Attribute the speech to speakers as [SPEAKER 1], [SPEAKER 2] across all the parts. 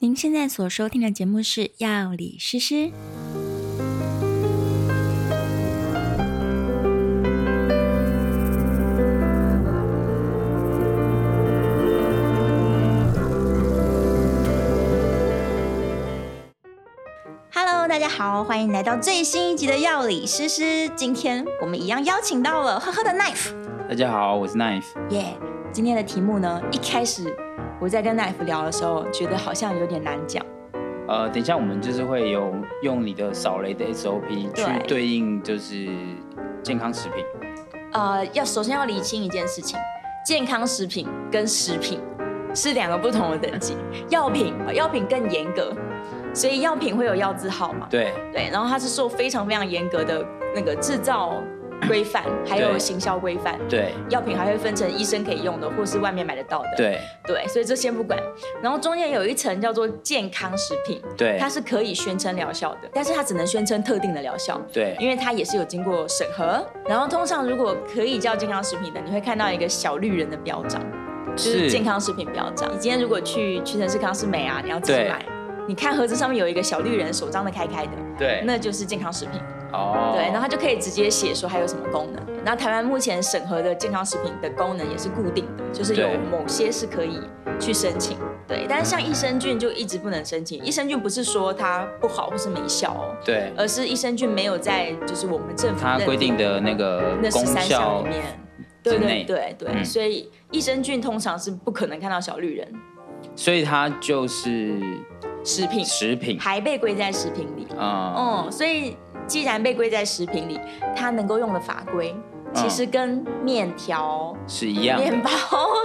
[SPEAKER 1] 您现在所收听的节目是《药理诗诗》。Hello，大家好，欢迎来到最新一集的《药理诗诗》。今天我们一样邀请到了呵呵的 Knife。
[SPEAKER 2] 大家好，我是 Knife。
[SPEAKER 1] 耶今天的题目呢，一开始我在跟 Knife 聊的时候，觉得好像有点难讲。
[SPEAKER 2] 呃，等一下我们就是会有用你的扫雷的 SOP
[SPEAKER 1] 对
[SPEAKER 2] 去对应就是健康食品。
[SPEAKER 1] 呃，要首先要理清一件事情：健康食品跟食品是两个不同的等级。药品，呃药品更严格，所以药品会有药字号嘛？
[SPEAKER 2] 对
[SPEAKER 1] 对，然后它是受非常非常严格的那个制造规范，还有
[SPEAKER 2] 对
[SPEAKER 1] 行销规范。
[SPEAKER 2] 对
[SPEAKER 1] 药品还会分成医生可以用的，或是外面买得到的。
[SPEAKER 2] 对
[SPEAKER 1] 对，所以这先不管。然后中间有一层叫做健康食品，
[SPEAKER 2] 对
[SPEAKER 1] 它是可以宣称疗效的，但是它只能宣称特定的疗效。
[SPEAKER 2] 对
[SPEAKER 1] 因为它也是有经过审核。然后通常如果可以叫健康食品的，你会看到一个小绿人的标章，就是健康食品标章。你今天如果去屈臣氏、康是美啊，你要自己
[SPEAKER 2] 对
[SPEAKER 1] 买，你看盒子上面有一个小绿人手张的开开的，
[SPEAKER 2] 对
[SPEAKER 1] 那就是健康食品。
[SPEAKER 2] 哦
[SPEAKER 1] 对，然后它就可以直接写说它有什么功能。那台湾目前审核的健康食品的功能也是固定的，就是有
[SPEAKER 2] 对
[SPEAKER 1] 某些是可以去申请。对，但是像益生菌就一直不能申请。益生菌不是说它不好或是没效哦，
[SPEAKER 2] 对
[SPEAKER 1] 而是益生菌没有在就是我们政府
[SPEAKER 2] 它
[SPEAKER 1] 认
[SPEAKER 2] 规定的那个
[SPEAKER 1] 那
[SPEAKER 2] 功
[SPEAKER 1] 十三项
[SPEAKER 2] 效
[SPEAKER 1] 里，面，对
[SPEAKER 2] 之
[SPEAKER 1] 对
[SPEAKER 2] 内
[SPEAKER 1] 对对，
[SPEAKER 2] 嗯
[SPEAKER 1] 所以益生菌通常是不可能看到小绿人
[SPEAKER 2] 所以它就是
[SPEAKER 1] 食品，
[SPEAKER 2] 食品。
[SPEAKER 1] 还被归在食品里。
[SPEAKER 2] 嗯，
[SPEAKER 1] 哦、所以既然被归在食品里，它能够用的法规其实跟面条、
[SPEAKER 2] 是嗯一样
[SPEAKER 1] 面
[SPEAKER 2] 的。
[SPEAKER 1] 包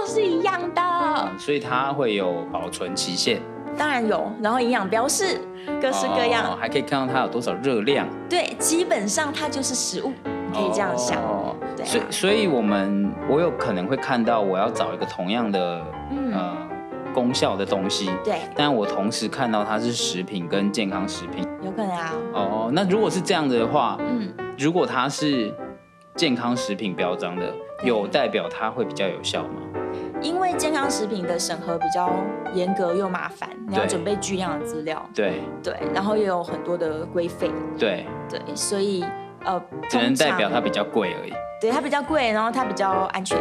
[SPEAKER 1] 是一样的，
[SPEAKER 2] 嗯所以它会有保存期限，
[SPEAKER 1] 当然有，然后营养标示各
[SPEAKER 2] 各
[SPEAKER 1] 式各样，
[SPEAKER 2] 还可以看到它有多少热量。
[SPEAKER 1] 对，基本上它就是食物，你可以这样想。
[SPEAKER 2] 哦
[SPEAKER 1] 对啊
[SPEAKER 2] 所以，所以我们我有可能会看到，我要找一个同样的、
[SPEAKER 1] 嗯
[SPEAKER 2] 呃功效的东西，
[SPEAKER 1] 对，
[SPEAKER 2] 但我同时看到它是食品跟健康食品。
[SPEAKER 1] 有可能啊，
[SPEAKER 2] 哦，那如果是这样子的话，
[SPEAKER 1] 嗯，
[SPEAKER 2] 如果它是健康食品标章的，
[SPEAKER 1] 对
[SPEAKER 2] 有代表它会比较有效吗？
[SPEAKER 1] 因为健康食品的审核比较严格又麻烦，你要
[SPEAKER 2] 对
[SPEAKER 1] 准备巨量的资料，
[SPEAKER 2] 对
[SPEAKER 1] 对，然后也有很多的规费，
[SPEAKER 2] 对，
[SPEAKER 1] 对，所以呃，
[SPEAKER 2] 只能
[SPEAKER 1] 通常
[SPEAKER 2] 代表它比较贵而已。
[SPEAKER 1] 对它比较贵，然后它比较安全，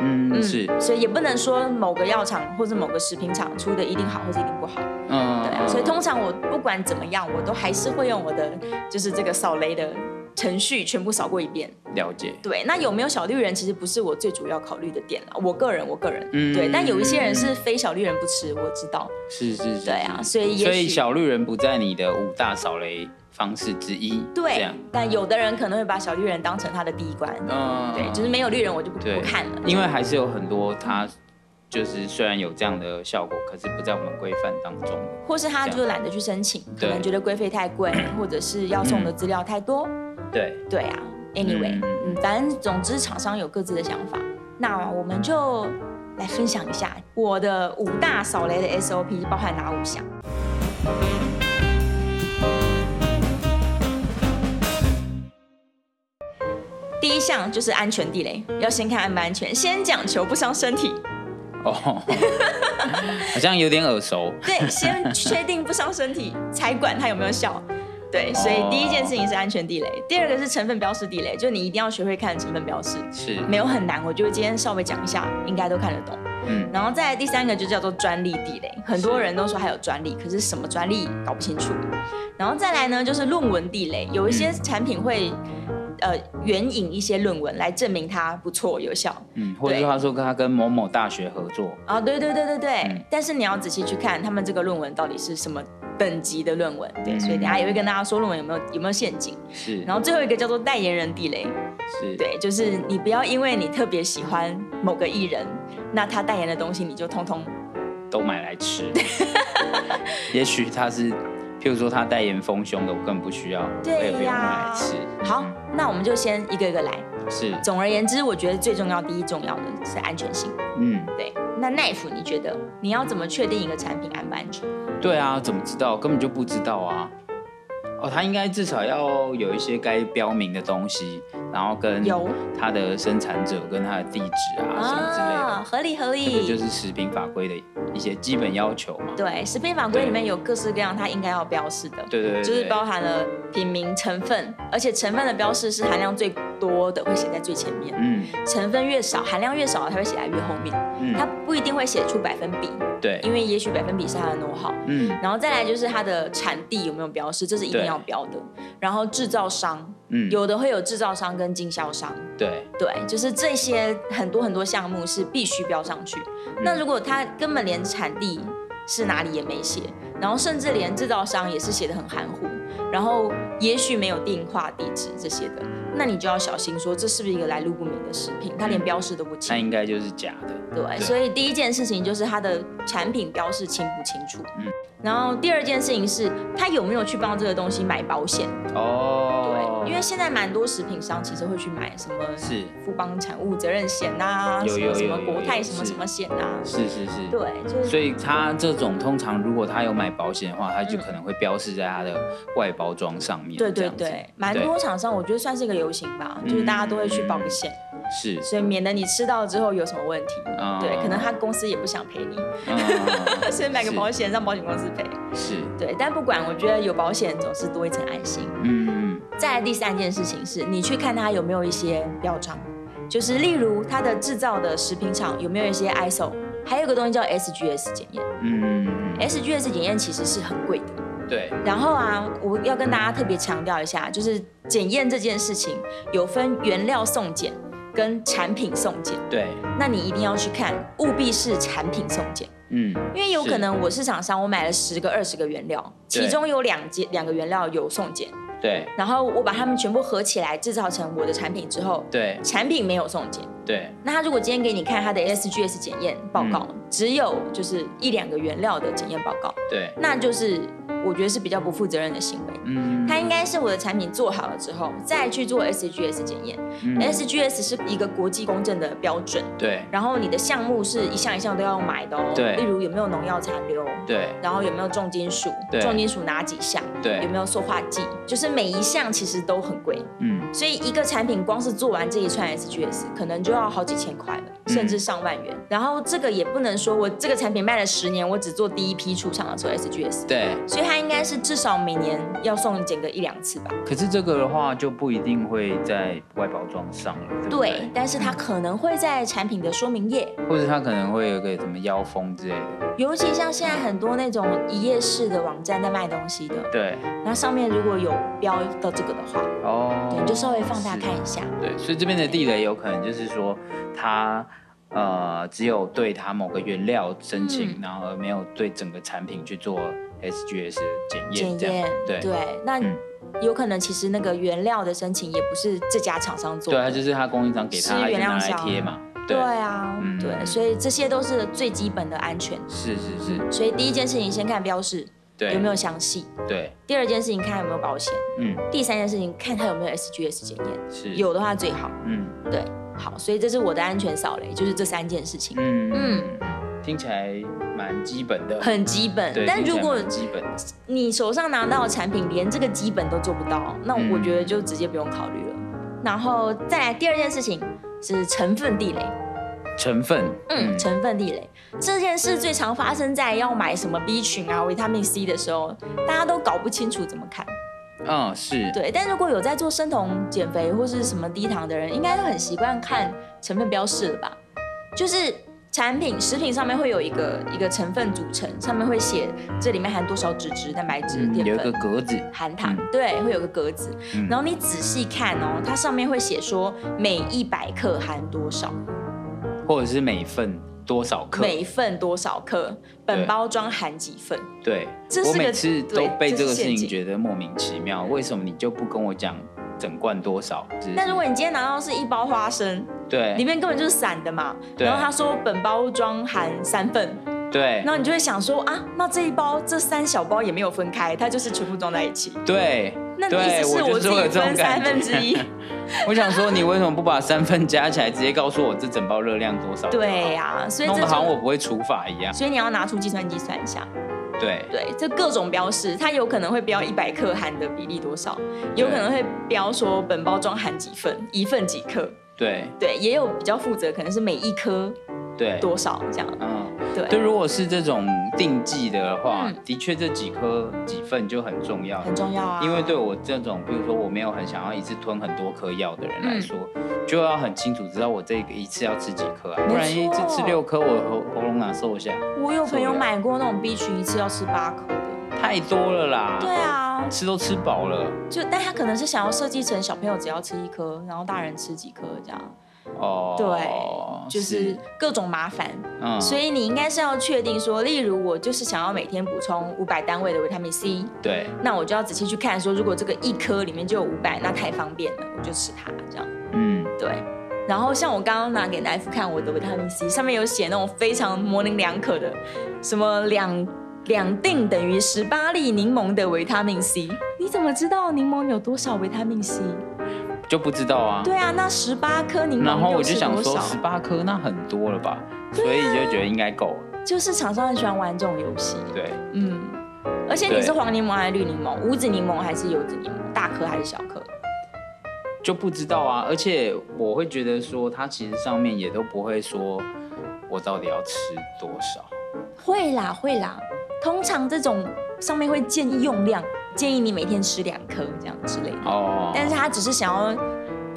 [SPEAKER 2] 嗯，是，
[SPEAKER 1] 所以也不能说某个药厂或者某个食品厂出的一定好或者一定不好，
[SPEAKER 2] 嗯，
[SPEAKER 1] 对啊，所以通常我不管怎么样，我都还是会用我的就是这个扫雷的程序全部扫过一遍。
[SPEAKER 2] 了解。
[SPEAKER 1] 对，那有没有小绿人其实不是我最主要考虑的点了，我个人我个人，
[SPEAKER 2] 嗯
[SPEAKER 1] 对，但有一些人是
[SPEAKER 2] 嗯
[SPEAKER 1] 非小绿人不吃，我知道，
[SPEAKER 2] 是是是，
[SPEAKER 1] 对啊，所以也
[SPEAKER 2] 所以
[SPEAKER 1] 许
[SPEAKER 2] 小绿人不在你的五大扫雷方式之一，这
[SPEAKER 1] 对
[SPEAKER 2] 样，，
[SPEAKER 1] 但有的人可能会把小绿人当成他的第一关，
[SPEAKER 2] 嗯，
[SPEAKER 1] 对，就是没有绿人我就不不
[SPEAKER 2] 对
[SPEAKER 1] 看了，
[SPEAKER 2] 因为还是有很多它就是虽然有这样的效果，可是不在我们规范当中的，
[SPEAKER 1] 或是他就懒得去申请，可
[SPEAKER 2] 对嗯
[SPEAKER 1] 能觉得规费太贵，或者是要送的资料太多，
[SPEAKER 2] 对，
[SPEAKER 1] 对啊，anyway，
[SPEAKER 2] 嗯
[SPEAKER 1] 嗯，反正总之厂商有各自的想法，那我们就来分享一下我的五大扫雷的 SOP 包含哪五项。第一项就是安全地雷，要先看安不安全，先讲求不伤身体。
[SPEAKER 2] 哦，好像有点耳熟，
[SPEAKER 1] 对，先确定不伤身体，才管它有没有效。对，所以第一件事情是安全地雷，第二个是成分标示地雷，就你一定要学会看成分标示，
[SPEAKER 2] 是，
[SPEAKER 1] 没有很难，我觉得今天稍微讲一下，应该都看得懂。
[SPEAKER 2] 嗯，
[SPEAKER 1] 然后再来第三个就叫做专利地雷，很多人都说还有专利，可是什么专利搞不清楚。然后再来呢，就是论文地雷，有一
[SPEAKER 2] 嗯
[SPEAKER 1] 些产品会。呃，援引一些论文来证明它不错有效
[SPEAKER 2] 嗯，或者
[SPEAKER 1] 对
[SPEAKER 2] 是他说他跟某某大学合作，
[SPEAKER 1] 啊、对对对对对，
[SPEAKER 2] 嗯
[SPEAKER 1] 但是你要仔细去看他们这个论文到底是什么等级的论文，对，
[SPEAKER 2] 嗯
[SPEAKER 1] 所以等一下也会跟大家说论文有没有有没有陷阱。
[SPEAKER 2] 是
[SPEAKER 1] 然后最后一个叫做代言人地雷，
[SPEAKER 2] 是，
[SPEAKER 1] 对，就是你不要因为你特别喜欢某个艺人，那他代言的东西你就通通
[SPEAKER 2] 都买来吃， 也许他是，譬如说他代言丰胸的，我根本不需要，我
[SPEAKER 1] 对呀
[SPEAKER 2] 也不用买来吃，
[SPEAKER 1] 好。那我们就先一个一个来。
[SPEAKER 2] 是，
[SPEAKER 1] 总而言之，我觉得最重要、第一重要的是安全性。
[SPEAKER 2] 嗯，
[SPEAKER 1] 对，那 knife 你觉得你要怎么确定一个产品安不安全？
[SPEAKER 2] 对啊，怎么知道？根本就不知道啊。哦，他应该至少要有一些该标明的东西，然后跟
[SPEAKER 1] 有
[SPEAKER 2] 它的生产者跟它的地址啊什么之类的，
[SPEAKER 1] 合理合
[SPEAKER 2] 这个
[SPEAKER 1] 理。
[SPEAKER 2] 就是食品法规的一些基本要求嘛。
[SPEAKER 1] 对，食品法规里
[SPEAKER 2] 对
[SPEAKER 1] 面有各式各样它应该要标示的，
[SPEAKER 2] 对对对，
[SPEAKER 1] 就是
[SPEAKER 2] 对
[SPEAKER 1] 包含了品名、成分，而且成分的标示是含量最多的，会写在最前面。
[SPEAKER 2] 嗯
[SPEAKER 1] 成分越少，含量越少，它会写在越后面。它
[SPEAKER 2] 嗯，
[SPEAKER 1] 不一定会写出百分比，
[SPEAKER 2] 对，
[SPEAKER 1] 因为也许百分比是它的 know how。
[SPEAKER 2] 嗯
[SPEAKER 1] 然后再来就是它的产地有没有标示，这是一定要标的。然后制造商，
[SPEAKER 2] 嗯，
[SPEAKER 1] 有的会有制造商跟经销商，
[SPEAKER 2] 对，
[SPEAKER 1] 对，就是这些很多很多项目是必须标上去。
[SPEAKER 2] 嗯
[SPEAKER 1] 那如果它根本连产地是哪里也没写，然后甚至连制造商也是写的很含糊，然后也许没有定化地址这些的，那你就要小心说这是不是一个来路不明的食品，它连标示都不
[SPEAKER 2] 嗯那
[SPEAKER 1] 清。
[SPEAKER 2] 应该就是假的。
[SPEAKER 1] 对，所以第一件事情就是它的产品标示清不清楚。
[SPEAKER 2] 嗯
[SPEAKER 1] 嗯。然后第二件事情是它有没有去帮这个东西买保险？
[SPEAKER 2] 哦，
[SPEAKER 1] 对，因为现在蛮多食品商其实会去买什么
[SPEAKER 2] 是
[SPEAKER 1] 富邦产物责任险呐、
[SPEAKER 2] 有
[SPEAKER 1] 什
[SPEAKER 2] 有
[SPEAKER 1] 么什么
[SPEAKER 2] 有有
[SPEAKER 1] 国泰
[SPEAKER 2] 有
[SPEAKER 1] 什么
[SPEAKER 2] 是
[SPEAKER 1] 什么险啊，
[SPEAKER 2] 是是是，
[SPEAKER 1] 对，就是
[SPEAKER 2] 所以它这种通常如果它有买保险的话，它就可能会标示在它的外包装上面。
[SPEAKER 1] 嗯对
[SPEAKER 2] 这
[SPEAKER 1] 对
[SPEAKER 2] 样子
[SPEAKER 1] 对，蛮多厂商我觉得算是一个流行吧，
[SPEAKER 2] 嗯
[SPEAKER 1] 就是大家都会去保个险，
[SPEAKER 2] 是，
[SPEAKER 1] 所以免得你吃到之后有什么问题。
[SPEAKER 2] 啊
[SPEAKER 1] 对，可能他公司也不想赔你，
[SPEAKER 2] 嗯
[SPEAKER 1] 所以买个
[SPEAKER 2] 是
[SPEAKER 1] 保险让保险公司赔。
[SPEAKER 2] 是，
[SPEAKER 1] 对，但不管，我觉得有保险总是多一层安心。
[SPEAKER 2] 嗯嗯
[SPEAKER 1] 再来第三件事情是，你去看它有没有一些标章，就是例如它的制造的食品厂有没有一些 ISO，还有一个东西叫 SGS 检验。
[SPEAKER 2] 嗯，嗯
[SPEAKER 1] SGS 检验其实是很贵的。
[SPEAKER 2] 嗯对，
[SPEAKER 1] 然后啊，我要跟大家特别强调一下，就是检验这件事情有分原料送检跟产品送检，
[SPEAKER 2] 对，
[SPEAKER 1] 那你一定要去看，务必是产品送检。
[SPEAKER 2] 嗯，
[SPEAKER 1] 因为有
[SPEAKER 2] 是
[SPEAKER 1] 可能我市场上我买了十个、二十个原料，
[SPEAKER 2] 对
[SPEAKER 1] 其中有两件两个原料有送检，
[SPEAKER 2] 对
[SPEAKER 1] 然后我把它们全部合起来制造成我的产品之后，
[SPEAKER 2] 对
[SPEAKER 1] 产品没有送检。
[SPEAKER 2] 对，
[SPEAKER 1] 那他如果今天给你看他的 SGS 检验报告，
[SPEAKER 2] 嗯
[SPEAKER 1] 只有就是一两个原料的检验报告，
[SPEAKER 2] 对，
[SPEAKER 1] 那就是我觉得是比较不负责任的行为。
[SPEAKER 2] 嗯，
[SPEAKER 1] 它应该是我的产品做好了之后，再去做 SGS 检验。
[SPEAKER 2] 嗯
[SPEAKER 1] SGS 是一个国际公正的标准，
[SPEAKER 2] 对
[SPEAKER 1] 然后你的项目是一项一项都要买的哦。
[SPEAKER 2] 对
[SPEAKER 1] 例如有没有农药残留，
[SPEAKER 2] 对
[SPEAKER 1] 然后有没有重金属，
[SPEAKER 2] 对
[SPEAKER 1] 重金属哪几项，有
[SPEAKER 2] 对，
[SPEAKER 1] 没有塑化剂，就是每一项其实都很贵。
[SPEAKER 2] 嗯
[SPEAKER 1] 所以一个产品光是做完这一串 SGS，可能就要好几千块了，
[SPEAKER 2] 嗯
[SPEAKER 1] 甚至上万元。然后这个也不能说我这个产品卖了十年，我只做第一批出厂的时候 SGS，
[SPEAKER 2] 对。
[SPEAKER 1] 所以它应该是至少每年要送检个一两次吧。
[SPEAKER 2] 可是这个的话就不一定会在外包装上了，对不
[SPEAKER 1] 对
[SPEAKER 2] 对，？
[SPEAKER 1] 但是它可能会在产品的说明页，
[SPEAKER 2] 或者它可能会有个什么腰封之类的，
[SPEAKER 1] 尤其像现在很多那种一页式的网站在卖东西的，
[SPEAKER 2] 对，
[SPEAKER 1] 那上面如果有标到这个的话，
[SPEAKER 2] 哦，
[SPEAKER 1] 对，你就稍微放大
[SPEAKER 2] 是啊
[SPEAKER 1] 看一下。
[SPEAKER 2] 对，所以这边的地雷有可能就是说，它呃只有对它某个原料申请，
[SPEAKER 1] 嗯
[SPEAKER 2] 然后而没有对整个产品去做 SGS 的检
[SPEAKER 1] 检
[SPEAKER 2] 验，这
[SPEAKER 1] 验
[SPEAKER 2] 样，对
[SPEAKER 1] 那
[SPEAKER 2] 嗯
[SPEAKER 1] 有可能其实那个原料的申请也不是这家厂商做
[SPEAKER 2] 对，
[SPEAKER 1] 的，
[SPEAKER 2] 它就是它供应商给
[SPEAKER 1] 吃
[SPEAKER 2] 它，它就
[SPEAKER 1] 原
[SPEAKER 2] 拿
[SPEAKER 1] 料
[SPEAKER 2] 来
[SPEAKER 1] 小
[SPEAKER 2] 贴嘛，
[SPEAKER 1] 对啊，
[SPEAKER 2] 嗯
[SPEAKER 1] 对，所以这些都是最基本的安全。
[SPEAKER 2] 是是是，
[SPEAKER 1] 所以第一件事情先看标示
[SPEAKER 2] 对，
[SPEAKER 1] 有没有详细，
[SPEAKER 2] 对，
[SPEAKER 1] 第二件事情看有没有保险，
[SPEAKER 2] 嗯，
[SPEAKER 1] 第三件事情看它有没有 SGS 检验，
[SPEAKER 2] 是，，
[SPEAKER 1] 有的话最好。
[SPEAKER 2] 嗯
[SPEAKER 1] 对，好，所以这是我的安全扫雷，就是这三件事情，
[SPEAKER 2] 嗯嗯
[SPEAKER 1] 嗯，
[SPEAKER 2] 听起来蛮基本的，
[SPEAKER 1] 很基本
[SPEAKER 2] 对。，
[SPEAKER 1] 但
[SPEAKER 2] 听起
[SPEAKER 1] 如
[SPEAKER 2] 来
[SPEAKER 1] 果
[SPEAKER 2] 蛮基本的，
[SPEAKER 1] 你手上拿到的产品连这个基本都做不到，那
[SPEAKER 2] 嗯
[SPEAKER 1] 我觉得就直接不用考虑了。然后再来第二件事情是成分地雷，
[SPEAKER 2] 成分，
[SPEAKER 1] 嗯，成分地雷这件事最常发生在要买什么 B 群啊、维他命 C 的时候，大家都搞不清楚怎么看。
[SPEAKER 2] 嗯是，
[SPEAKER 1] 对，但如果有在做生酮减肥或是什么低糖的人，应该都很习惯看成分标示了吧？就是产品食品上面会有一个一个成分组成，上面会写这里面含多少脂质、蛋白质、
[SPEAKER 2] 嗯有
[SPEAKER 1] 淀
[SPEAKER 2] 一个
[SPEAKER 1] 粉。
[SPEAKER 2] 格子，
[SPEAKER 1] 含糖
[SPEAKER 2] 嗯，
[SPEAKER 1] 对，会有个格子，
[SPEAKER 2] 嗯
[SPEAKER 1] 然后你仔细看哦，它上面会写说每一百克含多少，
[SPEAKER 2] 或者是每份多少克，
[SPEAKER 1] 每份多少克，本包装含几份，
[SPEAKER 2] 对，
[SPEAKER 1] 这是
[SPEAKER 2] 我
[SPEAKER 1] 个
[SPEAKER 2] 每次都
[SPEAKER 1] 对
[SPEAKER 2] 被
[SPEAKER 1] 这
[SPEAKER 2] 这
[SPEAKER 1] 是
[SPEAKER 2] 个事情
[SPEAKER 1] 陷阱
[SPEAKER 2] 觉得莫名其妙，为什么你就不跟我讲整罐多少？就是
[SPEAKER 1] 但如果你今天拿到是一包花生，里
[SPEAKER 2] 对
[SPEAKER 1] 面根本就是散的嘛，
[SPEAKER 2] 对
[SPEAKER 1] 然后他说本包装含三份，
[SPEAKER 2] 对
[SPEAKER 1] 然后你就会想说啊，那这一包这三小包也没有分开，它就是全部装在一起。
[SPEAKER 2] 对，
[SPEAKER 1] 那你
[SPEAKER 2] 对
[SPEAKER 1] 意思是
[SPEAKER 2] 我
[SPEAKER 1] 我
[SPEAKER 2] 就
[SPEAKER 1] 自
[SPEAKER 2] 是会有
[SPEAKER 1] 己
[SPEAKER 2] 这种
[SPEAKER 1] 分
[SPEAKER 2] 感
[SPEAKER 1] 三
[SPEAKER 2] 觉
[SPEAKER 1] 分之 一？
[SPEAKER 2] 我想说你为什么不把三份加起来，直接告诉我这整包热量多少？
[SPEAKER 1] 对，呀、所以
[SPEAKER 2] 弄
[SPEAKER 1] 这
[SPEAKER 2] 得好像
[SPEAKER 1] 就
[SPEAKER 2] 我不会除法一样。
[SPEAKER 1] 所以你要拿出计算机算一下，
[SPEAKER 2] 对
[SPEAKER 1] 对，这各种标示，它有可能会标一百克含的比例多少，有可能会标说本包装含几份，一份几克，
[SPEAKER 2] 对
[SPEAKER 1] 对，也有比较负责，可能是每一颗
[SPEAKER 2] 对，
[SPEAKER 1] 多少这样。
[SPEAKER 2] 嗯，
[SPEAKER 1] 对
[SPEAKER 2] 就如果是这种定计的话，
[SPEAKER 1] 嗯
[SPEAKER 2] 的确这几颗几份就很重要了
[SPEAKER 1] 很重要啊。
[SPEAKER 2] 因为对我这种，比如说我没有很想要一次吞很多颗药的人来
[SPEAKER 1] 嗯
[SPEAKER 2] 说，就要很清楚知道我这个一次要吃几颗啊，不然一次吃六颗，我喉喉咙哪受得下？
[SPEAKER 1] 我有朋友买过那种 B 群，一次要吃八颗的。
[SPEAKER 2] 太多了啦，
[SPEAKER 1] 对啊，
[SPEAKER 2] 吃都吃饱了
[SPEAKER 1] 就但他可能是想要设计成小朋友只要吃一颗，然后大人吃几颗这样。
[SPEAKER 2] 哦。
[SPEAKER 1] 对，就是各种麻烦。
[SPEAKER 2] 嗯
[SPEAKER 1] 所以你应该是要确定说，例如我就是想要每天补充五百单位的维他命 C，
[SPEAKER 2] 对，
[SPEAKER 1] 那我就要仔细去看说，如果这个一颗里面就有五百，那太方便了，我就吃它这样。
[SPEAKER 2] 嗯，
[SPEAKER 1] 对。然后像我刚刚拿给奶夫看我的维他命 C，上面有写那种非常模棱两可的，什么两两锭等于十八粒柠檬的维他命 C，你怎么知道柠檬有多少维他命 C？
[SPEAKER 2] 就不知道啊。
[SPEAKER 1] 对啊，啊那十八颗柠檬
[SPEAKER 2] 然后我
[SPEAKER 1] 又
[SPEAKER 2] 就是想
[SPEAKER 1] 多
[SPEAKER 2] 说，
[SPEAKER 1] 少？啊
[SPEAKER 2] 十八颗那很多了吧，所以就觉得应该够了。
[SPEAKER 1] 就是厂商很喜欢玩这种游戏，
[SPEAKER 2] 对，
[SPEAKER 1] 嗯。而且你
[SPEAKER 2] 对
[SPEAKER 1] 是黄柠檬还是绿柠檬？无籽柠檬还是有籽柠檬？大颗还是小颗？
[SPEAKER 2] 就不知道啊。而且我会觉得说，它其实上面也都不会说我到底要吃多少。
[SPEAKER 1] 会啦，会啦。通常这种上面会建议用量，建议你每天吃两颗这样之类的。
[SPEAKER 2] 哦，
[SPEAKER 1] 但是他只是想要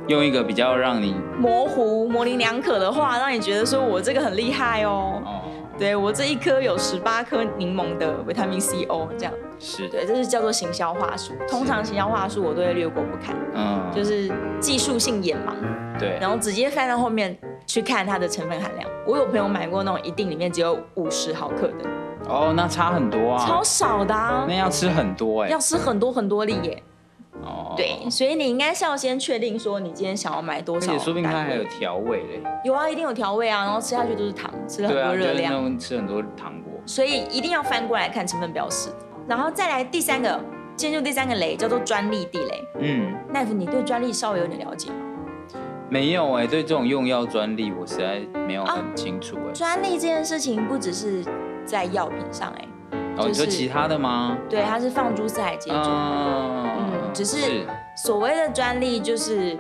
[SPEAKER 2] 用一个比较让你
[SPEAKER 1] 模糊、模棱两可的话，让你觉得说我这个很厉害哦。
[SPEAKER 2] 哦，
[SPEAKER 1] 对我这一颗有十八颗柠檬的维他命 C O 这样，
[SPEAKER 2] 是的，
[SPEAKER 1] 对，这是叫做行销话术。通常行销话术我都会略过不看，
[SPEAKER 2] 嗯，
[SPEAKER 1] 就是技术性眼盲，
[SPEAKER 2] 对，
[SPEAKER 1] 然后直接翻到后面去看它的成分含量。我有朋友买过那种一定里面只有五十毫克的，
[SPEAKER 2] 哦，那差很多啊
[SPEAKER 1] 超，少的啊
[SPEAKER 2] 那，要吃很多哎、
[SPEAKER 1] 要吃很多很多粒耶。
[SPEAKER 2] 哦，
[SPEAKER 1] 对，所以你应该是要先确定说你今天想要买多
[SPEAKER 2] 而
[SPEAKER 1] 少单
[SPEAKER 2] 且
[SPEAKER 1] 位，
[SPEAKER 2] 说不定它还有调味嘞，
[SPEAKER 1] 有啊，一定有调味啊，然后吃下去都是糖，吃了很
[SPEAKER 2] 对啊，
[SPEAKER 1] 多
[SPEAKER 2] 就是
[SPEAKER 1] 热
[SPEAKER 2] 那
[SPEAKER 1] 量，
[SPEAKER 2] 种吃很多糖果，
[SPEAKER 1] 所以一定要翻过来看成分标识。然后再来第三个，进入第三个雷叫做专利地雷。
[SPEAKER 2] 嗯，
[SPEAKER 1] 奈夫，你对专利稍微有点了解吗？
[SPEAKER 2] 没有哎、对这种用药专利我实在没有
[SPEAKER 1] 啊
[SPEAKER 2] 很清楚哎、
[SPEAKER 1] 专利这件事情不只是在药品上、哎，
[SPEAKER 2] 哦，你说
[SPEAKER 1] 就是
[SPEAKER 2] 其他的吗？
[SPEAKER 1] 对，它是放诸四海皆准。
[SPEAKER 2] 嗯
[SPEAKER 1] 嗯只是所谓的专利，就是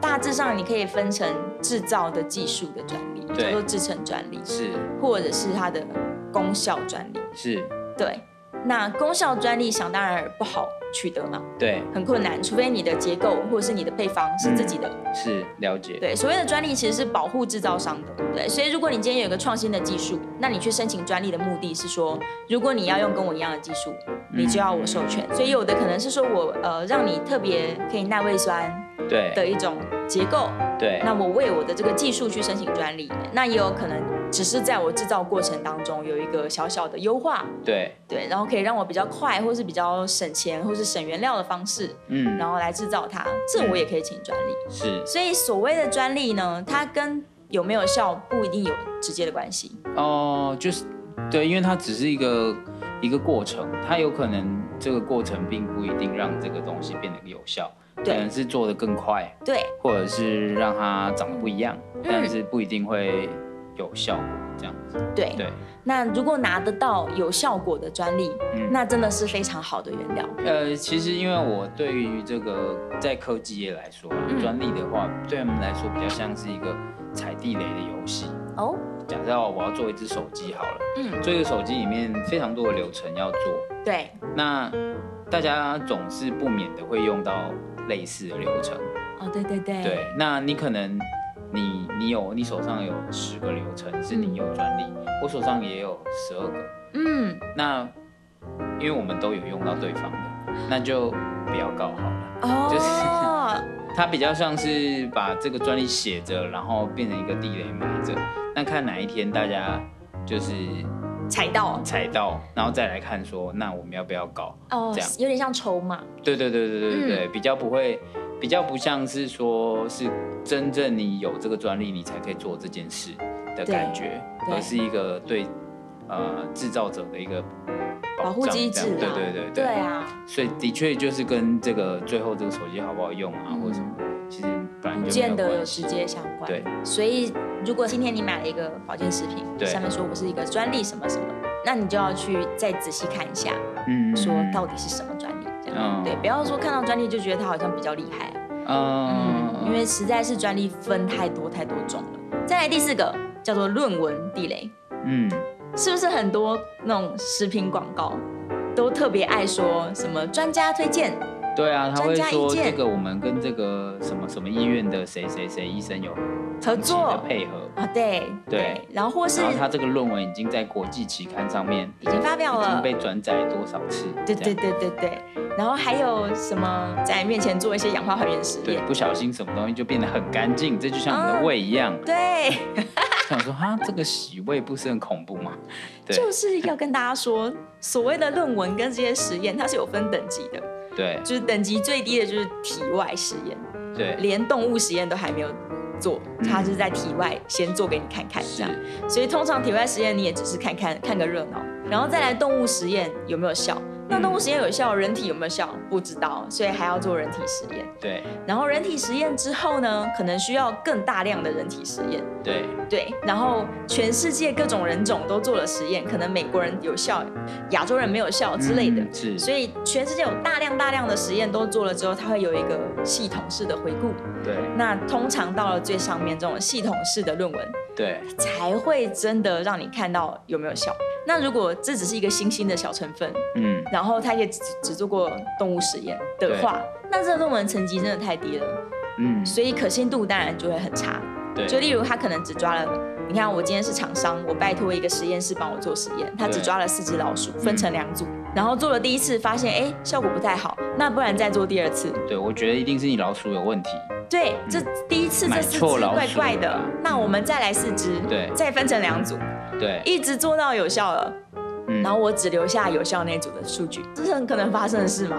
[SPEAKER 1] 大致上你可以分成制造的技术的专利，
[SPEAKER 2] 对
[SPEAKER 1] 叫做制成专利，
[SPEAKER 2] 是
[SPEAKER 1] 或者是它的功效专利。
[SPEAKER 2] 是是，
[SPEAKER 1] 对，那功效专利想当然而不好取得嘛，
[SPEAKER 2] 对，
[SPEAKER 1] 很困难，除非你的结构或者是你的配方是自己的。
[SPEAKER 2] 是了解，
[SPEAKER 1] 对，所谓的专利其实是保护制造商的。对，所以如果你今天有一个创新的技术，那你去申请专利的目的是说，如果你要用跟我一样的技术，你就要我授权。所以有的可能是说我呃让你特别可以耐胃酸
[SPEAKER 2] 对
[SPEAKER 1] 的一种结构，
[SPEAKER 2] 对
[SPEAKER 1] 那我为我的这个技术去申请专利，那也有可能只是在我制造过程当中有一个小小的优化，
[SPEAKER 2] 对，
[SPEAKER 1] 对，然后可以让我比较快，或是比较省钱，或是省原料的方式，
[SPEAKER 2] 嗯，
[SPEAKER 1] 然后来制造它，这我也可以请专利。
[SPEAKER 2] 是
[SPEAKER 1] 所以所谓的专利呢，它跟有没有效不一定有直接的关系。
[SPEAKER 2] 哦，就是对，因为它只是一个一个过程，它有可能这个过程并不一定让这个东西变得有效，可
[SPEAKER 1] 对
[SPEAKER 2] 能是做得更快，
[SPEAKER 1] 对
[SPEAKER 2] 或者是让它长得不一样，
[SPEAKER 1] 嗯
[SPEAKER 2] 但是不一定会有效果。这样子，
[SPEAKER 1] 对
[SPEAKER 2] 对，
[SPEAKER 1] 那如果拿得到有效果的专利，
[SPEAKER 2] 嗯
[SPEAKER 1] 那真的是非常好的原料。
[SPEAKER 2] 呃，其实因为我对于这个在科技业来说啊，
[SPEAKER 1] 嗯
[SPEAKER 2] 专利的话，对他们来说比较像是一个踩地雷的游戏。
[SPEAKER 1] 哦，
[SPEAKER 2] 假设我要做一只手机好了，
[SPEAKER 1] 嗯，
[SPEAKER 2] 这个手机里面非常多的流程要做，
[SPEAKER 1] 对，
[SPEAKER 2] 那大家总是不免的会用到类似的流程，
[SPEAKER 1] 哦，对对对，
[SPEAKER 2] 对。那你可能你你有你手上有十个流程是你有专利，我手上也有十二个。
[SPEAKER 1] 嗯，
[SPEAKER 2] 那因为我们都有用到对方的，那就不要告好了。
[SPEAKER 1] 哦，
[SPEAKER 2] 就是 它比较像是把这个专利写着，然后变成一个地雷埋着，那看哪一天大家就是
[SPEAKER 1] 踩到
[SPEAKER 2] 踩到，然后再来看说，那我们要不要搞？
[SPEAKER 1] 哦
[SPEAKER 2] 这样，
[SPEAKER 1] 有点像筹码，
[SPEAKER 2] 对对对对对对
[SPEAKER 1] 嗯
[SPEAKER 2] 对，比较不会，比较不像是说是真正你有这个专利，你才可以做这件事的感觉，
[SPEAKER 1] 对对
[SPEAKER 2] 而是一个对呃制造者的一个
[SPEAKER 1] 保护
[SPEAKER 2] 障
[SPEAKER 1] 机
[SPEAKER 2] 这
[SPEAKER 1] 制
[SPEAKER 2] 样
[SPEAKER 1] 啦。
[SPEAKER 2] 对对对
[SPEAKER 1] 对啊，
[SPEAKER 2] 所以的确就是跟这个最后这个手机好不好用啊，
[SPEAKER 1] 嗯
[SPEAKER 2] 或者什么，其实本来就
[SPEAKER 1] 不
[SPEAKER 2] 没
[SPEAKER 1] 见
[SPEAKER 2] 有
[SPEAKER 1] 得有
[SPEAKER 2] 关
[SPEAKER 1] 直
[SPEAKER 2] 系
[SPEAKER 1] 接相关。
[SPEAKER 2] 对，
[SPEAKER 1] 所以如果今天你买了一个保健食品，
[SPEAKER 2] 对
[SPEAKER 1] 上面说我是一个专利什么什么，那你就要去再仔细看一下，
[SPEAKER 2] 嗯
[SPEAKER 1] 说到
[SPEAKER 2] 底
[SPEAKER 1] 底是什么专利，这
[SPEAKER 2] 嗯
[SPEAKER 1] 样对，不要说看到专利就觉得它好像比较厉害，
[SPEAKER 2] 嗯
[SPEAKER 1] 嗯，因为实在是专利分太多太多种了。再来第四个叫做论文地雷，
[SPEAKER 2] 嗯
[SPEAKER 1] 是不是很多那种食品广告都特别爱说什么专家推荐？
[SPEAKER 2] 对啊，他会
[SPEAKER 1] 专家意
[SPEAKER 2] 说
[SPEAKER 1] 见
[SPEAKER 2] 这个我们跟这个什么什么医院的谁谁谁医生有
[SPEAKER 1] 合
[SPEAKER 2] 长期的
[SPEAKER 1] 作
[SPEAKER 2] 配合，
[SPEAKER 1] 啊，对
[SPEAKER 2] 对，
[SPEAKER 1] 然后或是
[SPEAKER 2] 然后他这个论文已经在国际期刊上面
[SPEAKER 1] 已经发表
[SPEAKER 2] 已经
[SPEAKER 1] 了，
[SPEAKER 2] 被转载多少次？
[SPEAKER 1] 对
[SPEAKER 2] 这
[SPEAKER 1] 对
[SPEAKER 2] 样
[SPEAKER 1] 对对对，然后还有什么在你面前做一些氧化还原实
[SPEAKER 2] 对，
[SPEAKER 1] 验，
[SPEAKER 2] 不小心什么东西就变得很干净，这就像我们的胃一
[SPEAKER 1] 嗯
[SPEAKER 2] 样。
[SPEAKER 1] 对，
[SPEAKER 2] 想说哈，这个洗胃不是很恐怖吗？对
[SPEAKER 1] 就是要跟大家说，所谓的论文跟这些实验，它是有分等级的，
[SPEAKER 2] 对
[SPEAKER 1] 就是等级最低的就是体外实验，
[SPEAKER 2] 对，
[SPEAKER 1] 连动物实验都还没有做，
[SPEAKER 2] 嗯
[SPEAKER 1] 它是在体外先做给你看看这
[SPEAKER 2] 是
[SPEAKER 1] 样。所以通常体外实验你也只是看看看个热闹，然后再来动物实验有没有效？
[SPEAKER 2] 嗯
[SPEAKER 1] 那动物实验有效，人体有没有效？不知道，所以还要做人体实验。
[SPEAKER 2] 对
[SPEAKER 1] 然后人体实验之后呢，可能需要更大量的人体实验，
[SPEAKER 2] 对
[SPEAKER 1] 对。然后全世界各种人种都做了实验，可能美国人有效，亚洲人没有效之类的。
[SPEAKER 2] 嗯是，
[SPEAKER 1] 所以全世界有大量大量的实验都做了之后，它会有一个系统式的回顾。
[SPEAKER 2] 对
[SPEAKER 1] 那通常到了最上面这种系统式的论文，
[SPEAKER 2] 对
[SPEAKER 1] 才会真的让你看到有没有效。那如果这只是一个新兴的小成分，
[SPEAKER 2] 嗯
[SPEAKER 1] 然后它也只只做过动物实验的话，那这个论文成绩真的太低了，
[SPEAKER 2] 嗯，
[SPEAKER 1] 所以可信度当然就会很差。
[SPEAKER 2] 对
[SPEAKER 1] 就例如他可能只抓了。你看，我今天是厂商，我拜托一个实验室帮我做实验，他只
[SPEAKER 2] 对嗯
[SPEAKER 1] 抓了四只老鼠，分成两组，然后做了第一次，发现哎效果不太好，那不然再做第二次，
[SPEAKER 2] 对，我觉得一定是你老鼠有问题。
[SPEAKER 1] 对，这第一次这
[SPEAKER 2] 嗯买
[SPEAKER 1] 四只
[SPEAKER 2] 错老
[SPEAKER 1] 怪
[SPEAKER 2] 鼠
[SPEAKER 1] 怪的
[SPEAKER 2] 了啦，
[SPEAKER 1] 那我们再来四只，
[SPEAKER 2] 对
[SPEAKER 1] 再分成两组，
[SPEAKER 2] 对，
[SPEAKER 1] 一直做到有效了，
[SPEAKER 2] 嗯
[SPEAKER 1] 然后我只留下有效那组的数据，这是很可能发生的事嘛？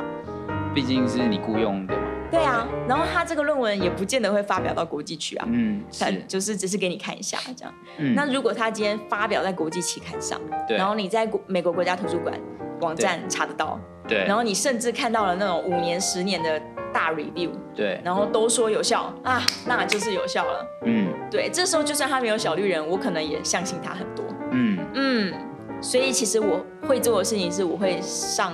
[SPEAKER 2] 毕竟是你雇佣的嘛。
[SPEAKER 1] 对啊，然后他这个论文也不见得会发表到国际去啊，
[SPEAKER 2] 嗯，
[SPEAKER 1] 他
[SPEAKER 2] 是。
[SPEAKER 1] 就是只是给你看一下这样。
[SPEAKER 2] 嗯，
[SPEAKER 1] 那如果他今天发表在国际期刊上，
[SPEAKER 2] 对
[SPEAKER 1] 然后你在国美国国家图书馆网站查得到，
[SPEAKER 2] 对，
[SPEAKER 1] 然后你甚至看到了那种五年、十年的大 review，
[SPEAKER 2] 对，
[SPEAKER 1] 然后都说有效啊，那就是有效了。
[SPEAKER 2] 嗯
[SPEAKER 1] 对，这时候就算他没有小绿人，我可能也相信他很多。
[SPEAKER 2] 嗯，
[SPEAKER 1] 嗯，所以其实我会做的事情是，我会上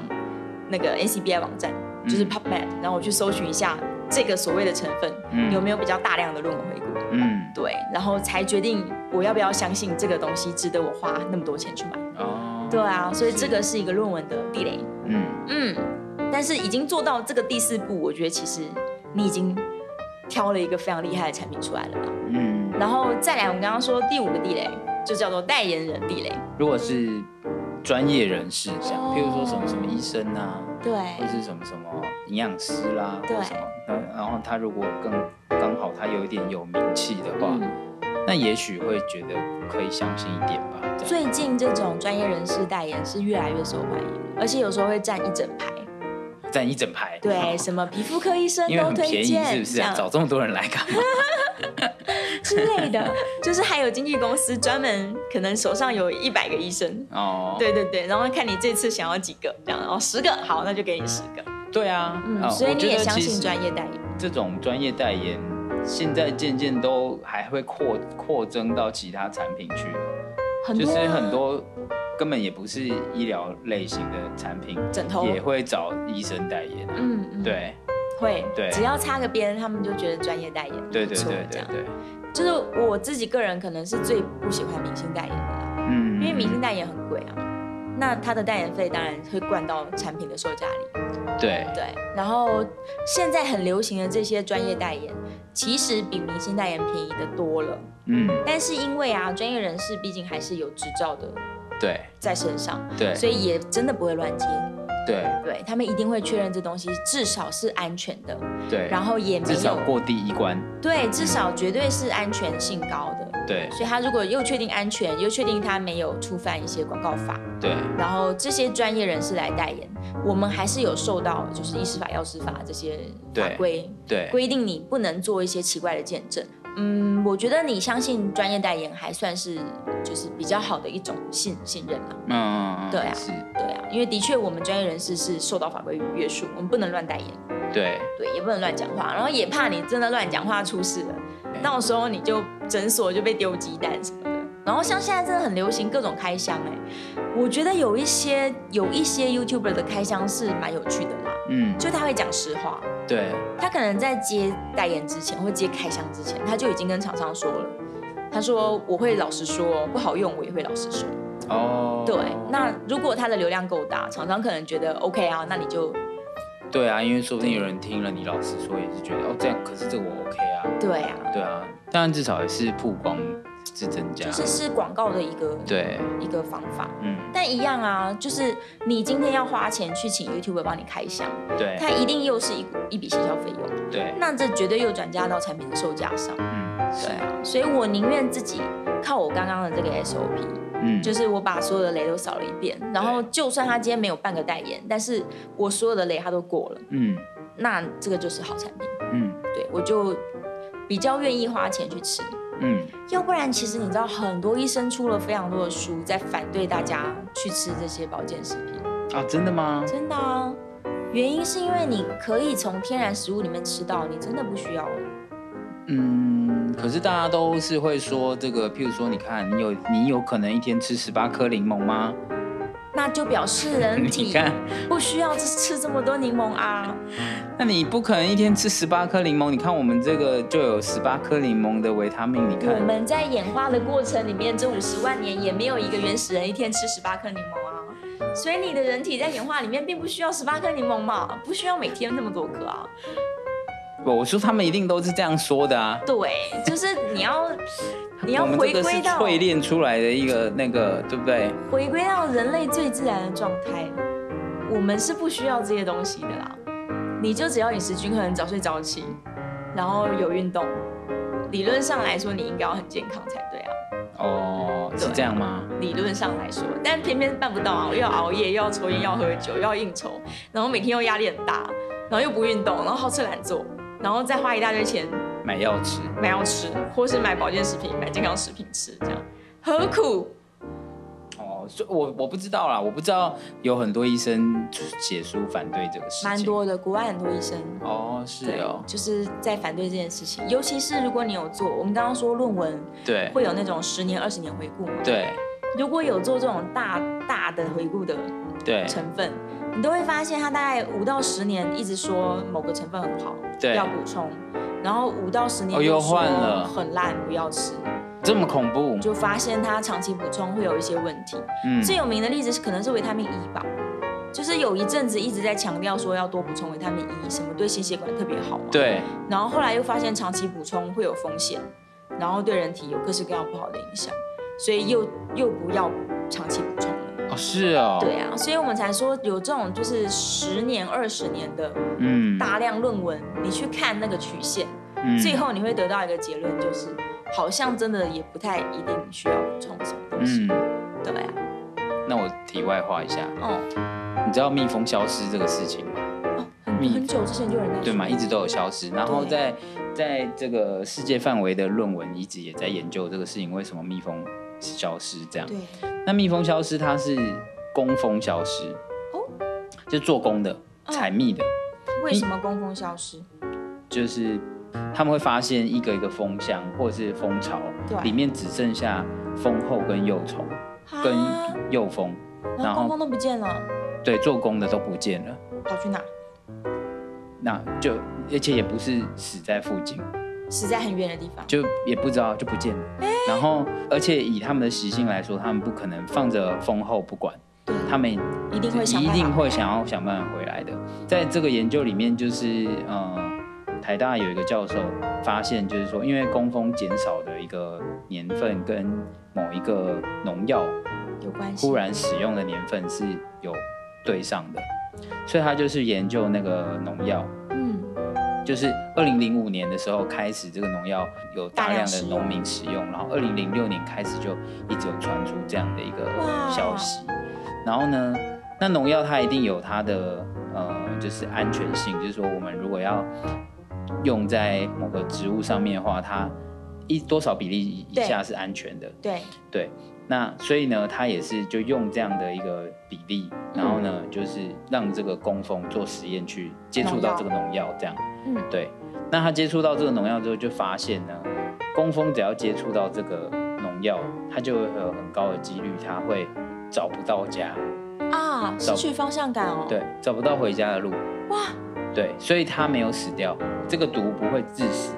[SPEAKER 1] 那个 ACBI 网站，就是 PubMed，、然后我去搜寻一下这个所谓的成分、
[SPEAKER 2] 嗯
[SPEAKER 1] 有没有比较大量的论文回顾，
[SPEAKER 2] 嗯
[SPEAKER 1] 对，然后才决定我要不要相信这个东西值得我花那么多钱去买。
[SPEAKER 2] 哦，
[SPEAKER 1] 对啊，所以这个
[SPEAKER 2] 是
[SPEAKER 1] 是一个论文的地雷。
[SPEAKER 2] 嗯
[SPEAKER 1] 嗯，但是已经做到这个第四步，我觉得其实你已经挑了一个非常厉害的产品出来了啦。
[SPEAKER 2] 嗯，
[SPEAKER 1] 然后再来，我们刚刚说第五个地雷就叫做代言人地雷。
[SPEAKER 2] 如果是专业人士这样，譬如说什么什么
[SPEAKER 1] 哦
[SPEAKER 2] 医生啊，
[SPEAKER 1] 对
[SPEAKER 2] 或是什么什么营养师啦，或
[SPEAKER 1] 对
[SPEAKER 2] 什么，然然后他如果更刚好他有一点有名气的话，
[SPEAKER 1] 嗯
[SPEAKER 2] 那也许会觉得可以相信一点吧，这样。
[SPEAKER 1] 最近这种专业人士代言是越来越受欢迎，而且有时候会占一整排。
[SPEAKER 2] 站一整排，哦
[SPEAKER 1] 对，什么皮肤科医生
[SPEAKER 2] 因为
[SPEAKER 1] 都
[SPEAKER 2] 很
[SPEAKER 1] 推
[SPEAKER 2] 便宜，
[SPEAKER 1] 荐，
[SPEAKER 2] 是不
[SPEAKER 1] 这
[SPEAKER 2] 是啊？
[SPEAKER 1] 样
[SPEAKER 2] 找这么多人来 干嘛？
[SPEAKER 1] 之类的，就是还有经纪公司专门可能手上有一百个医生。
[SPEAKER 2] 哦，
[SPEAKER 1] 对对对，然后看你这次想要几个，这样哦，十个好，那就给你十个。
[SPEAKER 2] 对啊，
[SPEAKER 1] 嗯，
[SPEAKER 2] 啊
[SPEAKER 1] 所以
[SPEAKER 2] 我
[SPEAKER 1] 你
[SPEAKER 2] 觉
[SPEAKER 1] 也
[SPEAKER 2] 得
[SPEAKER 1] 相
[SPEAKER 2] 其
[SPEAKER 1] 信
[SPEAKER 2] 实
[SPEAKER 1] 专业代言？
[SPEAKER 2] 这种专业代言，现在渐渐都还会扩扩增到其他产品去，
[SPEAKER 1] 很
[SPEAKER 2] 就
[SPEAKER 1] 多啊
[SPEAKER 2] 是很多根本也不是医疗类型的产品，
[SPEAKER 1] 枕头，
[SPEAKER 2] 也会找医生代言啊。
[SPEAKER 1] 嗯哦嗯，，
[SPEAKER 2] 对
[SPEAKER 1] 会，
[SPEAKER 2] 对
[SPEAKER 1] 只要擦个边，他们就觉得专业代言
[SPEAKER 2] 对
[SPEAKER 1] 不
[SPEAKER 2] 对
[SPEAKER 1] 错
[SPEAKER 2] 对
[SPEAKER 1] 这
[SPEAKER 2] 对
[SPEAKER 1] 样。
[SPEAKER 2] 对，
[SPEAKER 1] 就是我自己个人可能是最不喜欢明星代言的啦，
[SPEAKER 2] 嗯，
[SPEAKER 1] 因为明星代言很贵啊，那他的代言费当然会灌到产品的售价里。
[SPEAKER 2] 对
[SPEAKER 1] 对，然后现在很流行的这些专业代言，其实比明星代言便宜的多了。
[SPEAKER 2] 嗯
[SPEAKER 1] 但是因为啊，专业人士毕竟还是有执照的
[SPEAKER 2] 对
[SPEAKER 1] 在身上，
[SPEAKER 2] 对
[SPEAKER 1] 所以也真的不会乱接。
[SPEAKER 2] 对
[SPEAKER 1] 对他们一定会确认这东西至少是安全的，
[SPEAKER 2] 对，
[SPEAKER 1] 然后也没
[SPEAKER 2] 至少
[SPEAKER 1] 有
[SPEAKER 2] 过第一关，
[SPEAKER 1] 对，至少绝对是安全性高的。
[SPEAKER 2] 对
[SPEAKER 1] 所以他如果又确定安全，又确定他没有触犯一些广告法，
[SPEAKER 2] 对
[SPEAKER 1] 然后这些专业人士来代言，我们还是有受到就是医师法、药师法这些法
[SPEAKER 2] 对
[SPEAKER 1] 规
[SPEAKER 2] 对
[SPEAKER 1] 规定，你不能做一些奇怪的见证。嗯，我觉得你相信专业代言还算是就是比较好的一种信信任啊。
[SPEAKER 2] 嗯嗯嗯，
[SPEAKER 1] 对啊
[SPEAKER 2] 是，
[SPEAKER 1] 对啊，因为的确我们专业人士是受到法规约束，我们不能乱代言，
[SPEAKER 2] 对
[SPEAKER 1] 对，也不能乱讲话，然后也怕你真的乱讲话出事了
[SPEAKER 2] 对，
[SPEAKER 1] 到时候你就诊所就被丢鸡蛋什么的。然后像现在真的很流行各种开箱、哎，我觉得有一些有一些 YouTuber 的开箱是蛮有趣的啦，
[SPEAKER 2] 嗯
[SPEAKER 1] 就他会讲实话，
[SPEAKER 2] 对
[SPEAKER 1] 他可能在接代言之前或接开箱之前，他就已经跟厂商说了，他说我会老实说，不好用我也会老实说，
[SPEAKER 2] 哦，
[SPEAKER 1] 对，那如果它的流量够大，厂商可能觉得 OK 啊，那你就
[SPEAKER 2] 对啊，因为说不定有人听了你老师说，也是觉得哦这样，可是这个我 OK 啊，
[SPEAKER 1] 对啊，
[SPEAKER 2] 对啊，当然至少也是曝光是增加，
[SPEAKER 1] 就是是广告的一个
[SPEAKER 2] 对，
[SPEAKER 1] 一个方法。
[SPEAKER 2] 嗯，
[SPEAKER 1] 但一样啊，就是你今天要花钱去请 YouTube 帮你开箱，
[SPEAKER 2] 对
[SPEAKER 1] 它一定又是一股一笔行销费用，
[SPEAKER 2] 对，
[SPEAKER 1] 那这绝对又转嫁到产品的售价上。
[SPEAKER 2] 嗯，
[SPEAKER 1] 对啊，所以我宁愿自己靠我刚刚的这个 SOP，
[SPEAKER 2] 嗯，
[SPEAKER 1] 就是我把所有的雷都扫了一遍，然后
[SPEAKER 2] 对
[SPEAKER 1] 就算他今天没有半个代言，但是我所有的雷他都过了，
[SPEAKER 2] 嗯
[SPEAKER 1] 那这个就是好产品。
[SPEAKER 2] 嗯
[SPEAKER 1] 对我就比较愿意花钱去吃，
[SPEAKER 2] 嗯，
[SPEAKER 1] 要不然其实你知道，很多医生出了非常多的书在反对大家去吃这些保健食品，
[SPEAKER 2] 啊，真的吗？
[SPEAKER 1] 真的啊。原因是因为你可以从天然食物里面吃到，你真的不需要了。
[SPEAKER 2] 嗯，可是大家都是会说这个，譬如说，你看你有你有可能一天吃十八颗柠檬吗？
[SPEAKER 1] 那就表示人
[SPEAKER 2] 你
[SPEAKER 1] 体
[SPEAKER 2] 看，
[SPEAKER 1] 不需要吃吃这么多柠檬啊。
[SPEAKER 2] 那你不可能一天吃十八颗柠檬。你看我们这个就有十八颗柠檬的维他命，你
[SPEAKER 1] 我
[SPEAKER 2] 看，
[SPEAKER 1] 们在演化的过程里面，这五十万年也没有一个原始人一天吃十八颗柠檬啊，所以你的人体在演化里面并不需要十八颗柠檬嘛，不需要每天那么多颗啊。
[SPEAKER 2] 我我说他们一定都是这样说的啊。
[SPEAKER 1] 对，就是你要你要
[SPEAKER 2] 我们
[SPEAKER 1] 回
[SPEAKER 2] 这个是
[SPEAKER 1] 归到
[SPEAKER 2] 淬炼出来的一个那个，对不对？
[SPEAKER 1] 回归到人类最自然的状态，我们是不需要这些东西的啦。你就只要饮食均衡、早睡早起，然后有运动，理论上来说你应该要很健康才对啊。
[SPEAKER 2] 哦，是
[SPEAKER 1] 对
[SPEAKER 2] 这样吗？
[SPEAKER 1] 理论上来说，但偏偏办不到啊！我又要熬夜，又要抽烟，又要喝酒，又要应酬，然后每天又压力很大，然后又不运动，然后好吃懒做，然后再花一大堆钱
[SPEAKER 2] 买药吃，
[SPEAKER 1] 买药吃，或是买保健食品、买健康食品吃，这样何苦？
[SPEAKER 2] 哦，所以我我不知道啦，我不知道有很多医生写书反对这个事情，
[SPEAKER 1] 蛮多的，国外很多医生
[SPEAKER 2] 哦，是哦，
[SPEAKER 1] 就是在反对这件事情，尤其是如果你有做，我们刚刚说论文
[SPEAKER 2] 对
[SPEAKER 1] 会有那种十年、二十年回顾嘛，
[SPEAKER 2] 对
[SPEAKER 1] 如果有做这种大大的回顾的
[SPEAKER 2] 对
[SPEAKER 1] 成分，你都会发现它大概五到十年一直说某个成分很好，
[SPEAKER 2] 对
[SPEAKER 1] 要补充，然后五到十年
[SPEAKER 2] 哦又
[SPEAKER 1] 又说
[SPEAKER 2] 换了
[SPEAKER 1] 很烂，不要吃，
[SPEAKER 2] 这么恐怖，
[SPEAKER 1] 就发现它长期补充会有一些问题。
[SPEAKER 2] 嗯，
[SPEAKER 1] 最有名的例子是可能是维他命 E 吧，就是有一阵子一直在强调说要多补充维他命 E，什么对心血管特别好嘛，
[SPEAKER 2] 对，
[SPEAKER 1] 然后后来又发现长期补充会有风险，然后对人体有各式各样不好的影响，所以又又不要长期补充了。
[SPEAKER 2] 哦是哦，
[SPEAKER 1] 对啊，所以我们才说有这种就是十年、二十年的
[SPEAKER 2] 嗯，
[SPEAKER 1] 大量论文，你去看那个曲线，
[SPEAKER 2] 嗯
[SPEAKER 1] 最后你会得到一个结论，就是好像真的也不太一定需要补充什么东西，
[SPEAKER 2] 嗯，
[SPEAKER 1] 对啊，
[SPEAKER 2] 那我题外话一下，
[SPEAKER 1] 哦，
[SPEAKER 2] 你知道蜜蜂消失这个事情吗？
[SPEAKER 1] 哦很
[SPEAKER 2] 蜜
[SPEAKER 1] 很久之前就有人在说
[SPEAKER 2] 对嘛，一直都有消失。然后
[SPEAKER 1] 对
[SPEAKER 2] 在在这个世界范围的论文，一直也在研究这个事情，为什么蜜蜂消失这样。
[SPEAKER 1] 对
[SPEAKER 2] 那蜜蜂消失，它是工蜂消失，
[SPEAKER 1] 哦，嗯
[SPEAKER 2] 就做工的、采蜜的，
[SPEAKER 1] 为什么工蜂消失？
[SPEAKER 2] 就是他们会发现一个一个蜂箱或者是蜂巢
[SPEAKER 1] 对
[SPEAKER 2] 里面只剩下蜂后跟幼虫跟
[SPEAKER 1] 啊
[SPEAKER 2] 幼蜂，
[SPEAKER 1] 然
[SPEAKER 2] 然
[SPEAKER 1] 后
[SPEAKER 2] 后
[SPEAKER 1] 工蜂都不见了，
[SPEAKER 2] 对做工的都不见了，
[SPEAKER 1] 跑去哪？
[SPEAKER 2] 那就而且也不是死在附近，
[SPEAKER 1] 死在很远的地方。
[SPEAKER 2] 就也不知道就不见了。然后而且以他们的习性来说，他们不可能放着蜂后不管，
[SPEAKER 1] 对，
[SPEAKER 2] 他们
[SPEAKER 1] 一定会想
[SPEAKER 2] 一
[SPEAKER 1] 办法
[SPEAKER 2] 定会想要想办法回来的。在这个研究里面，就是呃，台大有一个教授发现，就是说，因为工蜂减少的一个年份跟某一个农药
[SPEAKER 1] 有关系。
[SPEAKER 2] 忽然使用的年份是有对上的，所以他就是研究那个农药。
[SPEAKER 1] 嗯，
[SPEAKER 2] 就是二零零五年的时候开始，这个农药有大量的农民使用，然后二零零六年开始就一直有传出这样的一个
[SPEAKER 1] 哇
[SPEAKER 2] 消息。然后呢，那农药它一定有它的呃，就是安全性，就是说我们如果要用在某个植物上面的话，它一多少比例以以
[SPEAKER 1] 对
[SPEAKER 2] 下是安全的。
[SPEAKER 1] 对，
[SPEAKER 2] 对，那所以呢，他也是就用这样的一个比例，然后呢，就是让这个工蜂做实验去接触到这个农药，这样，
[SPEAKER 1] 嗯
[SPEAKER 2] 对。那他接触到这个农药之后，就发现呢，工蜂只要接触到这个农药，它就会有很高的几率它会找不到家，
[SPEAKER 1] 啊，失
[SPEAKER 2] 找
[SPEAKER 1] 去方向感哦。
[SPEAKER 2] 对，找不到回家的路，
[SPEAKER 1] 哇，
[SPEAKER 2] 对，所以它没有死掉，这个毒不会致死，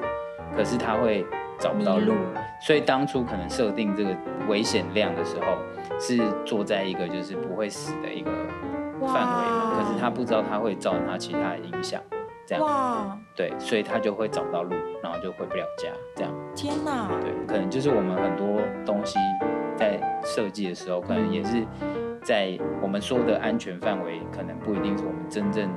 [SPEAKER 2] 可是它会找不到
[SPEAKER 1] 迷
[SPEAKER 2] 路
[SPEAKER 1] 路，
[SPEAKER 2] 所以当初可能设定这个危险量的时候，是坐在一个就是不会死的一个
[SPEAKER 1] 哇
[SPEAKER 2] 范围嘛，可是他不知道它会造成他其他的影响，这样
[SPEAKER 1] 哇，
[SPEAKER 2] 对，所以他就会找不到路，然后就回不了家，这样
[SPEAKER 1] 天哪！
[SPEAKER 2] 对，可能就是我们很多东西在设计的时候，可能也是在我们说的安全范围，可能不一定是我们真正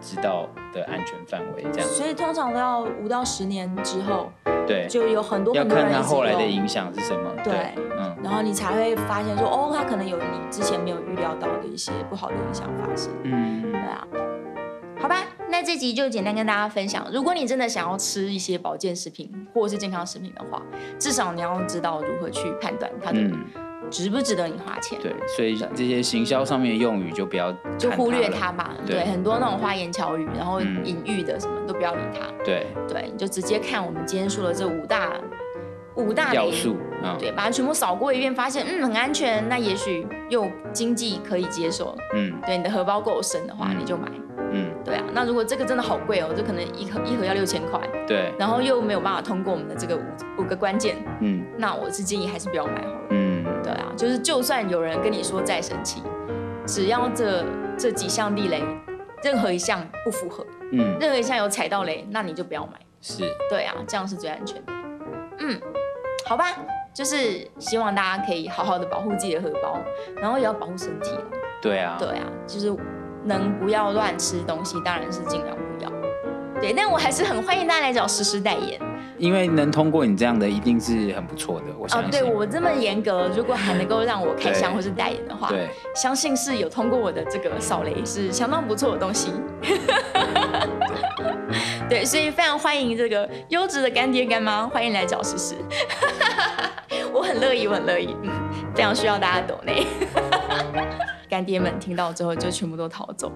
[SPEAKER 2] 知道的安全范围，这样
[SPEAKER 1] 所以通常都要五到十年之后，
[SPEAKER 2] 对，
[SPEAKER 1] 就有很多
[SPEAKER 2] 要
[SPEAKER 1] 很多人
[SPEAKER 2] 看
[SPEAKER 1] 一
[SPEAKER 2] 他
[SPEAKER 1] 直
[SPEAKER 2] 后来的
[SPEAKER 1] 用
[SPEAKER 2] 影响是什么，
[SPEAKER 1] 对
[SPEAKER 2] 对，嗯。
[SPEAKER 1] 然后你才会发现说，哦，他可能有你之前没有预料到的一些不好的影响发生。
[SPEAKER 2] 嗯
[SPEAKER 1] 对啊，好吧，那这集就简单跟大家分享。如果你真的想要吃一些保健食品或者是健康食品的话，至少你要知道如何去判断它的
[SPEAKER 2] 嗯，
[SPEAKER 1] 值不值得你花钱，
[SPEAKER 2] 对，所以这些行销上面的用语就不要
[SPEAKER 1] 就
[SPEAKER 2] 看
[SPEAKER 1] 忽略它
[SPEAKER 2] 它了，
[SPEAKER 1] 嘛。
[SPEAKER 2] 对
[SPEAKER 1] 对，很多那种花言巧语，然后
[SPEAKER 2] 嗯
[SPEAKER 1] 隐喻的什么都不要理它。
[SPEAKER 2] 对，
[SPEAKER 1] 对，你就直接看我们今天说的这五大五大
[SPEAKER 2] 要
[SPEAKER 1] 雷
[SPEAKER 2] 素，嗯，
[SPEAKER 1] 对，把它全部扫过一遍，发现嗯很安全，那也许又经济可以接受，
[SPEAKER 2] 嗯
[SPEAKER 1] 对你的荷包够深的话，你就买。
[SPEAKER 2] 嗯，
[SPEAKER 1] 对啊，那如果这个真的好贵哦，这可能一盒一盒要六千块，
[SPEAKER 2] 对，
[SPEAKER 1] 然后又没有办法通过我们的这个五五个关键，
[SPEAKER 2] 嗯
[SPEAKER 1] 那我是建议还是不要买好了。
[SPEAKER 2] 嗯，
[SPEAKER 1] 对啊，就是就算有人跟你说再神奇，只要这这几项地雷，任何一项不符合，
[SPEAKER 2] 嗯，
[SPEAKER 1] 任何一项有踩到雷，那你就不要买。
[SPEAKER 2] 是，
[SPEAKER 1] 对啊，这样是最安全的。嗯，好吧，就是希望大家可以好好的保护自己的荷包，然后也要保护身体啊。
[SPEAKER 2] 对啊，
[SPEAKER 1] 对啊，就是能不要乱吃东西，当然是尽量不要。对，但我还是很欢迎大家来找诗诗代言
[SPEAKER 2] 因为能通过你这样的，一定是很不错的，我
[SPEAKER 1] 哦
[SPEAKER 2] 相。信。
[SPEAKER 1] 对我这么严格，如果还能够让我开箱
[SPEAKER 2] 对
[SPEAKER 1] 或是代言的话，
[SPEAKER 2] 对
[SPEAKER 1] 相信是有通过我的这个扫雷，是相当不错的东西。 对，所以非常欢迎这个优质的干爹干妈，欢迎来找诗诗， 我很乐意，我很乐意，嗯，非常需要大家的抖内。 干爹们听到之后就全部都逃走，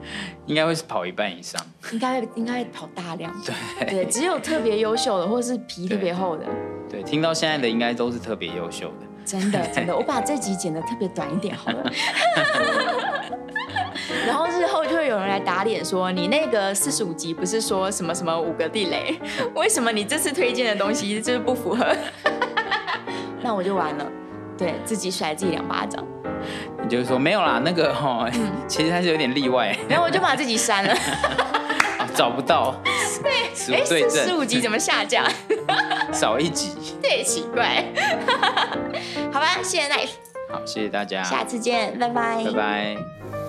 [SPEAKER 2] 应该会是跑一半以上。
[SPEAKER 1] 应该应该会跑大量，
[SPEAKER 2] 对
[SPEAKER 1] 对，只有特别优秀的或是皮特别厚的，
[SPEAKER 2] 对，听到现在的应该都是特别优秀的。
[SPEAKER 1] 真 的真的，我把这集剪得特别短一点好了。 然后日后就会有人来打脸说，你那个四十五集不是说什么什么五个地 雷，为什么你这次推荐的东西就是不符合？ 那我就完了，对自己甩自己两巴掌，
[SPEAKER 2] 你就说没有啦，那个哈、
[SPEAKER 1] 嗯
[SPEAKER 2] 其实还是有点例外，
[SPEAKER 1] 然后我就把自己删 了。
[SPEAKER 2] 啊找不到。对，死
[SPEAKER 1] 哎，
[SPEAKER 2] 无对
[SPEAKER 1] 四十五
[SPEAKER 2] 证，
[SPEAKER 1] 集怎么下架？
[SPEAKER 2] 少一集。
[SPEAKER 1] 对，奇怪。 好吧，谢谢 Knife，
[SPEAKER 2] 好，谢谢大家，
[SPEAKER 1] 下次见，拜拜
[SPEAKER 2] 拜拜。